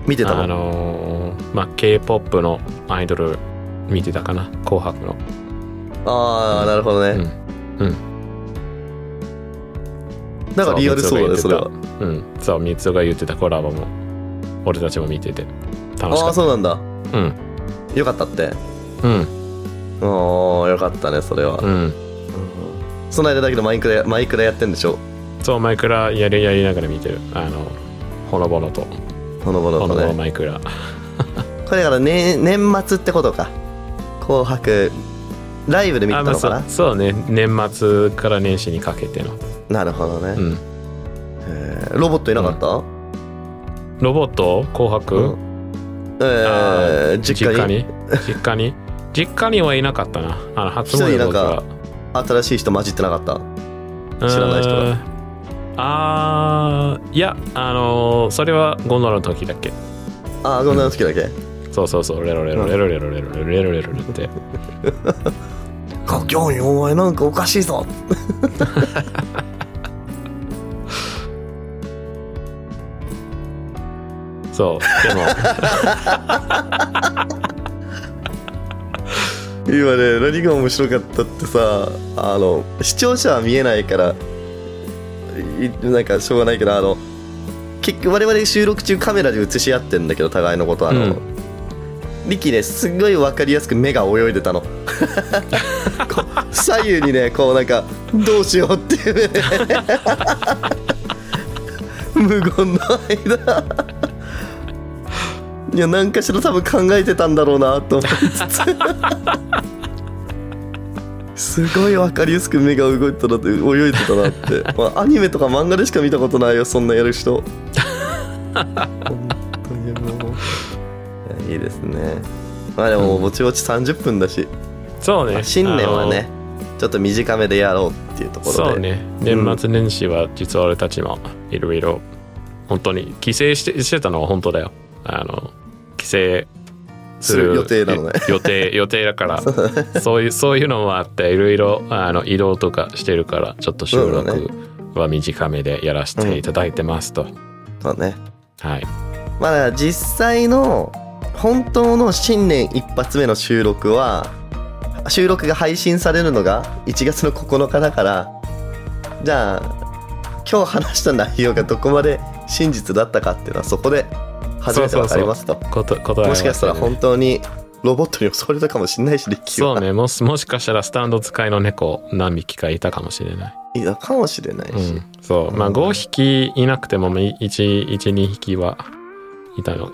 [SPEAKER 2] 見てた
[SPEAKER 1] あ
[SPEAKER 2] の
[SPEAKER 1] のーまあ K-POP のアイドル見てたかな紅白の
[SPEAKER 2] ああ、なるほどね。
[SPEAKER 1] うんう
[SPEAKER 2] なんかリアルそうだね、それは。
[SPEAKER 1] うんそう三つが言ってたコラボも俺たちも見てて楽し
[SPEAKER 2] あ
[SPEAKER 1] か
[SPEAKER 2] あ、
[SPEAKER 1] っ
[SPEAKER 2] そうなんだ。
[SPEAKER 1] たうん
[SPEAKER 2] よかったって。
[SPEAKER 1] うん
[SPEAKER 2] おー、よかったね、それは。
[SPEAKER 1] うん
[SPEAKER 2] その間だけどマイクラマイクラやってんでしょ
[SPEAKER 1] そうマイクラやりやりながら見てるあのほのぼのと
[SPEAKER 2] ほのぼ
[SPEAKER 1] ほの
[SPEAKER 2] のと
[SPEAKER 1] ぼの
[SPEAKER 2] ね
[SPEAKER 1] マイクラ
[SPEAKER 2] これだから、ね、年末ってことか紅白ライブで見て
[SPEAKER 1] あま
[SPEAKER 2] た
[SPEAKER 1] あ
[SPEAKER 2] のか
[SPEAKER 1] そ
[SPEAKER 2] な、
[SPEAKER 1] うそうね年末から年始にかけての
[SPEAKER 2] なるほどね、
[SPEAKER 1] うん
[SPEAKER 2] えーロボットいなかった、
[SPEAKER 1] ロボット紅白、
[SPEAKER 2] うんえ
[SPEAKER 1] あ
[SPEAKER 2] ー
[SPEAKER 1] ー
[SPEAKER 2] 実家に
[SPEAKER 1] 実家に実家にはいなかったなあの初詣の時は
[SPEAKER 2] 新しい人混じってなかった知らない人が
[SPEAKER 1] うーんあーいやあのーそれはゴンドラの時だけ
[SPEAKER 2] ああこんな時だけ、
[SPEAKER 1] そうそうそうレロレロレロレロレロレロレロレロレロって
[SPEAKER 2] 故郷にお前なんかおかしいぞ
[SPEAKER 1] そうでも
[SPEAKER 2] 今ね何が面白かったってさあの視聴者は見えないからいなんかしょうがないけどあの結局我々収録中カメラで映し合ってんだけど互いのことあの、
[SPEAKER 1] うん
[SPEAKER 2] リキねすごい分かりやすく目が泳いで たのこう左右にねこうなんかどうしようっていう ね無言の間いや何かしら多分考えてたんだろうなと思いつつすごい分かりやすく目が動いてたなって泳いでたなって、まあ、アニメとか漫画でしか見たことないよそんなやる人本当にもういやいいですねまあでもぼちぼち30分だし、
[SPEAKER 1] そうね
[SPEAKER 2] 新年はねちょっと短めでやろうっていうと
[SPEAKER 1] あ
[SPEAKER 2] こ
[SPEAKER 1] の
[SPEAKER 2] ろで
[SPEAKER 1] そうね年末年始は実は俺たちもいろいろ本当に帰省してしてたのは本当だよあの帰省
[SPEAKER 2] する予定なのね
[SPEAKER 1] い予 定予定だからそういうそういうのもあっていろいろあの移動とかしてるからちょっと収
[SPEAKER 2] そうだね
[SPEAKER 1] 録は短めでやらせていただいてますと、
[SPEAKER 2] そうね
[SPEAKER 1] はい
[SPEAKER 2] まあだから実際の本当の新年一発目の収録は収録が配信されるのが1月の9日だからじゃあ今日話した内容がどこまで真実だったかっていうのはそこで初めて分かりますと
[SPEAKER 1] ことこと
[SPEAKER 2] もしかしたら本当にロボットに襲われたかもしれないしリッキー
[SPEAKER 1] そ
[SPEAKER 2] は
[SPEAKER 1] うねもしもしかしたらスタンド使いの猫何匹かいたかもしれない
[SPEAKER 2] いやかもしれないし、
[SPEAKER 1] うん、そうまあ
[SPEAKER 2] うん
[SPEAKER 1] 5匹いなくても12匹はいたのい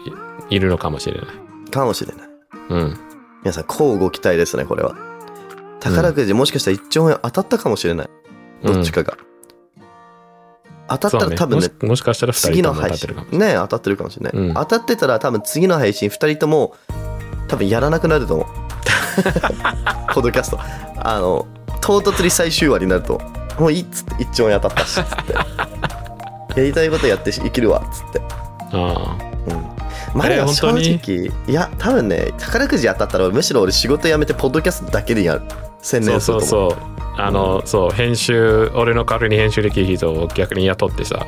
[SPEAKER 1] いるのかもしれない
[SPEAKER 2] かもしれない
[SPEAKER 1] うん
[SPEAKER 2] 皆さんこうご期待ですねこれは宝くじもしかしたら1兆円当たったかもしれないどっちかが、当たった
[SPEAKER 1] そう
[SPEAKER 2] ら
[SPEAKER 1] ね
[SPEAKER 2] 多分ね
[SPEAKER 1] もしもしかしたら2
[SPEAKER 2] 次
[SPEAKER 1] 人と
[SPEAKER 2] の
[SPEAKER 1] も当た
[SPEAKER 2] 配
[SPEAKER 1] ってるか
[SPEAKER 2] 信
[SPEAKER 1] もしれない
[SPEAKER 2] ね当たってるかもしれない、
[SPEAKER 1] うん
[SPEAKER 2] 当たってたら多分次の配信2人 とも多分やらなくなると思うポッドキャストあの唐突に最終話になるともういいっつって一丁円当たったしっ つってやりたいことやってし生きるわっつって
[SPEAKER 1] あ
[SPEAKER 2] まあ
[SPEAKER 1] あれ
[SPEAKER 2] でも
[SPEAKER 1] 本
[SPEAKER 2] 正
[SPEAKER 1] 当に
[SPEAKER 2] 直いや多分ね宝くじ当たったらむしろ俺仕事辞めてポッドキャストだけでやる専
[SPEAKER 1] あ
[SPEAKER 2] 念
[SPEAKER 1] そう
[SPEAKER 2] する
[SPEAKER 1] そう
[SPEAKER 2] と思う
[SPEAKER 1] そうあの、そう編集俺の代わりに編集できる人を逆に雇ってさ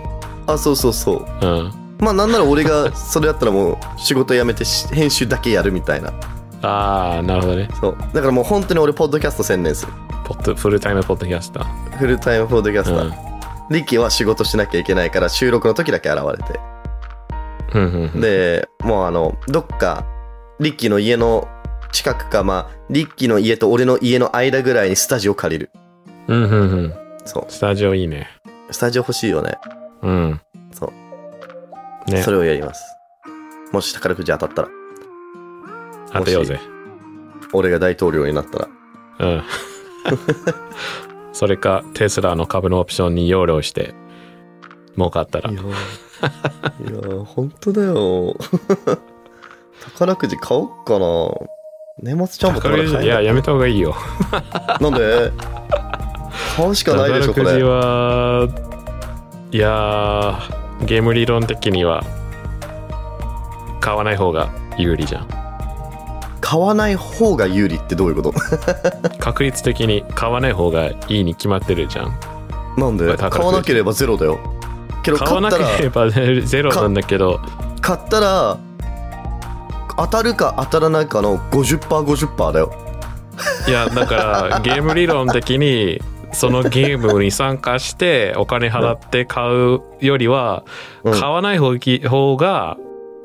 [SPEAKER 2] あそうそうそう
[SPEAKER 1] うん
[SPEAKER 2] まあなんなら俺がそれだったらもう仕事辞めてし編集だけやるみたいな
[SPEAKER 1] ああなるほどね
[SPEAKER 2] そうだからもう本当に俺ポッドキャスト専念する
[SPEAKER 1] ポッドフルタイムポッドキャスタ
[SPEAKER 2] フルタイムポッドキャスタ
[SPEAKER 1] ー、
[SPEAKER 2] ー、リキは仕事しなきゃいけないから収録の時だけ現れて、
[SPEAKER 1] うん、うんうんうん
[SPEAKER 2] でもうあのどっかリッキーの家の近くかまあリッキーの家と俺の家の間ぐらいにスタジオ借りる
[SPEAKER 1] うんうんうん
[SPEAKER 2] そ
[SPEAKER 1] スタジオいいね
[SPEAKER 2] うスタジオ欲しいよね
[SPEAKER 1] うん
[SPEAKER 2] そう
[SPEAKER 1] ね
[SPEAKER 2] それをやりますもし宝くじ当たったら
[SPEAKER 1] 当てようぜ
[SPEAKER 2] 俺が大統領になったら
[SPEAKER 1] うん。それか、テスラの株のオプションに容量して、儲かったら
[SPEAKER 2] い。やーいやー本当だよ 宝くじ買おうかな年末ちゃんも
[SPEAKER 1] 宝く
[SPEAKER 2] 宝く
[SPEAKER 1] じ
[SPEAKER 2] じ
[SPEAKER 1] いや、やめた方がいいよ。
[SPEAKER 2] なんで買うしかないでしょこ
[SPEAKER 1] 宝くじ
[SPEAKER 2] れ
[SPEAKER 1] は、いやー、ゲーム理論的には、買わない方が有利じゃん。
[SPEAKER 2] 買わない方が有利ってどういうこと
[SPEAKER 1] 確率的に買わない方がいいに決まってるじゃん。
[SPEAKER 2] なんで
[SPEAKER 1] 宝くじ
[SPEAKER 2] 買わなければゼロだよけど
[SPEAKER 1] 買わ
[SPEAKER 2] 買っ
[SPEAKER 1] な
[SPEAKER 2] た
[SPEAKER 1] け
[SPEAKER 2] ら
[SPEAKER 1] ればねゼロなんだけど、
[SPEAKER 2] 買ったら当たるか当たらないかの 50%50% だよ
[SPEAKER 1] いや、だから、ゲーム理論的に、そのゲームに参加して、お金払って買うよりは、
[SPEAKER 2] うん
[SPEAKER 1] 買わない方き方が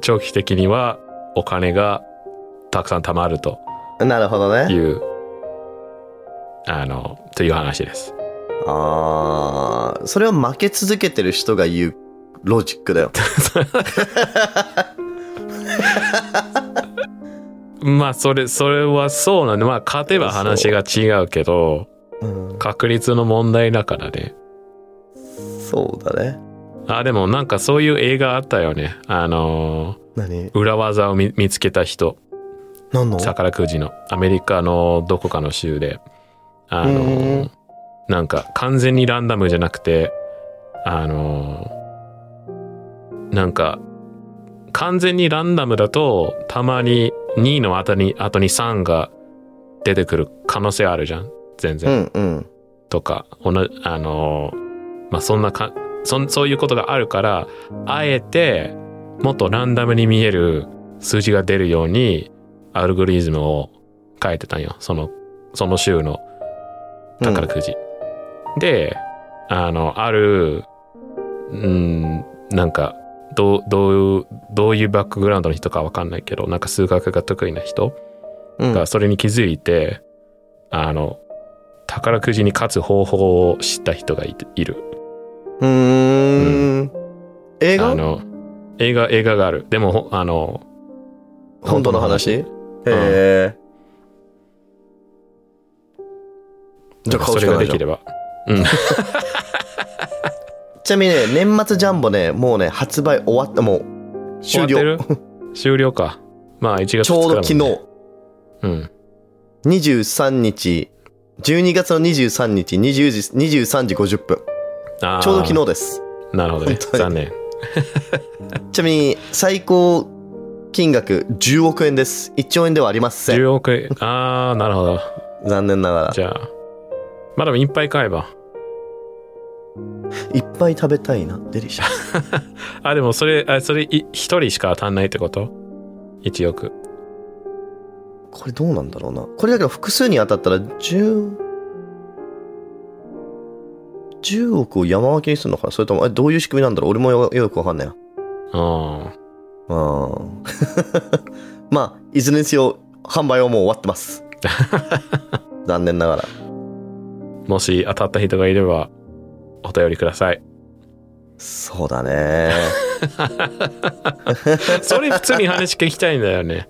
[SPEAKER 1] 長期的にはお金がたくさん貯まると
[SPEAKER 2] なるほど
[SPEAKER 1] い
[SPEAKER 2] ね
[SPEAKER 1] うあのという話です
[SPEAKER 2] あーそれは負け続けてる人が言うロジック だよ
[SPEAKER 1] まあそれそれはそうなんでまあ勝てば話が違うけど
[SPEAKER 2] うん
[SPEAKER 1] 確率の問題だからね
[SPEAKER 2] そうだね
[SPEAKER 1] あでもなんかそういう映画あったよねあの
[SPEAKER 2] 何
[SPEAKER 1] 裏技を見見つけた人
[SPEAKER 2] 何の
[SPEAKER 1] 宝くじのアメリカのどこかの州であ
[SPEAKER 2] う
[SPEAKER 1] の
[SPEAKER 2] ん
[SPEAKER 1] なんか完全にランダムじゃなくてあのなんか完全にランダムだと、たまに2の後に、後に3が出てくる可能性あるじゃん。全
[SPEAKER 2] う
[SPEAKER 1] 然。
[SPEAKER 2] んうん。
[SPEAKER 1] とか、おなあのー、まあ、そんなかそん、そういうことがあるから、あえて、もっとランダムに見える数字が出るように、アルゴリズムを変えてたんよ。その、その週の宝くじ。で、あの、ある、うん、なんか、どう、どういう、どういうバックグラウンドの人かわかんないけど、なんか数学が得意な人
[SPEAKER 2] うん。
[SPEAKER 1] がそれに気づいて、あの、宝くじに勝つ方法を知った人がいている。
[SPEAKER 2] うーん。映
[SPEAKER 1] あ
[SPEAKER 2] 画
[SPEAKER 1] の、映画、映画がある。でも、ほあの、
[SPEAKER 2] 本当の話へえ。じゃあ買
[SPEAKER 1] そうれ
[SPEAKER 2] しか
[SPEAKER 1] が
[SPEAKER 2] ない
[SPEAKER 1] で
[SPEAKER 2] じ
[SPEAKER 1] き
[SPEAKER 2] ゃん
[SPEAKER 1] れば。
[SPEAKER 2] ちなみにね、年末ジャンボね、もうね、発売終わった、もう、終
[SPEAKER 1] 終わ
[SPEAKER 2] 了
[SPEAKER 1] っ。てる終了か。まあ、1月
[SPEAKER 2] ちょうど
[SPEAKER 1] 2
[SPEAKER 2] 昨
[SPEAKER 1] 日
[SPEAKER 2] 日、
[SPEAKER 1] だもんね。
[SPEAKER 2] 23日、12月の23日、20時、23時50分。
[SPEAKER 1] うん。あー
[SPEAKER 2] ちょうど昨日です。
[SPEAKER 1] なるほどね
[SPEAKER 2] 本。当に
[SPEAKER 1] 残念。
[SPEAKER 2] ちなみに、最高金額10億円です。1兆円ではありません。
[SPEAKER 1] 10億円。ああ、なるほど。
[SPEAKER 2] 残念ながら。
[SPEAKER 1] じゃあ。まあでもいっぱい買えば。
[SPEAKER 2] いっぱい食べたいな。デリシャス。
[SPEAKER 1] あ、でもそれ、あそれ、い一人しか当たんないってこと ?1 億。
[SPEAKER 2] これどうなんだろうな。これだけど複数に当たったら10、10億を山分けにするのかなそれとも、あどういう仕組みなんだろう俺もよよくわかんないな。
[SPEAKER 1] うん。
[SPEAKER 2] うん まあ、いずれにせよ、販売はもう終わって ます。残念ながら。
[SPEAKER 1] もし当たった人がいれば、お便りください。
[SPEAKER 2] そうだね。
[SPEAKER 1] それ普通に話聞きたいんだよね。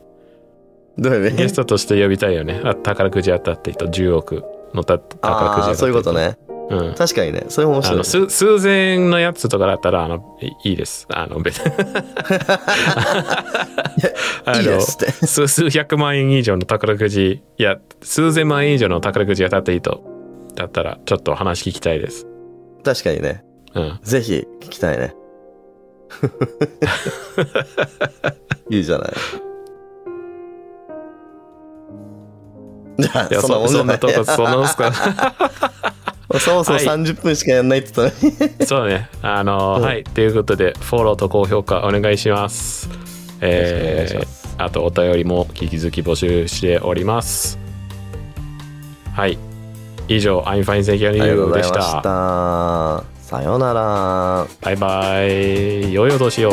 [SPEAKER 2] どういう意
[SPEAKER 1] ゲス
[SPEAKER 2] 味
[SPEAKER 1] トとして呼びたいよね。あ宝くじ当たった人、10億のた宝くじ当たった
[SPEAKER 2] ああ、
[SPEAKER 1] 人。
[SPEAKER 2] そういうこと。ね。
[SPEAKER 1] うん。
[SPEAKER 2] 確かにね。それも面
[SPEAKER 1] あ
[SPEAKER 2] 白い
[SPEAKER 1] の。数数千のやつとかだったらあのいいいです。あの 別にあの
[SPEAKER 2] いいですって。
[SPEAKER 1] 数数百万円以上の宝くじいや数千万円以上の宝くじ当たった人だったらちょっと話聞きたいです。
[SPEAKER 2] 確かにね。
[SPEAKER 1] うん、
[SPEAKER 2] ぜひ聞きたい ね。いいじゃない。じゃ
[SPEAKER 1] いや
[SPEAKER 2] あ、そんなもんじ
[SPEAKER 1] そ
[SPEAKER 2] ゃ
[SPEAKER 1] ん
[SPEAKER 2] な
[SPEAKER 1] ないとこそんなもんすか
[SPEAKER 2] そもそも
[SPEAKER 1] はい
[SPEAKER 2] 30分しかやんないって言ったのに。
[SPEAKER 1] そうねあの、
[SPEAKER 2] うん
[SPEAKER 1] はいということでフォローと高評価お願いします。
[SPEAKER 2] よ
[SPEAKER 1] え
[SPEAKER 2] ろしくお願いしま
[SPEAKER 1] ー
[SPEAKER 2] す、
[SPEAKER 1] あとお便りも引き続き募集しております。はい以上アインファインセキュリ
[SPEAKER 2] ありがとうござ
[SPEAKER 1] で
[SPEAKER 2] い
[SPEAKER 1] し
[SPEAKER 2] ま
[SPEAKER 1] た
[SPEAKER 2] し。た。さようなら。
[SPEAKER 1] バイバイ。良いお年を。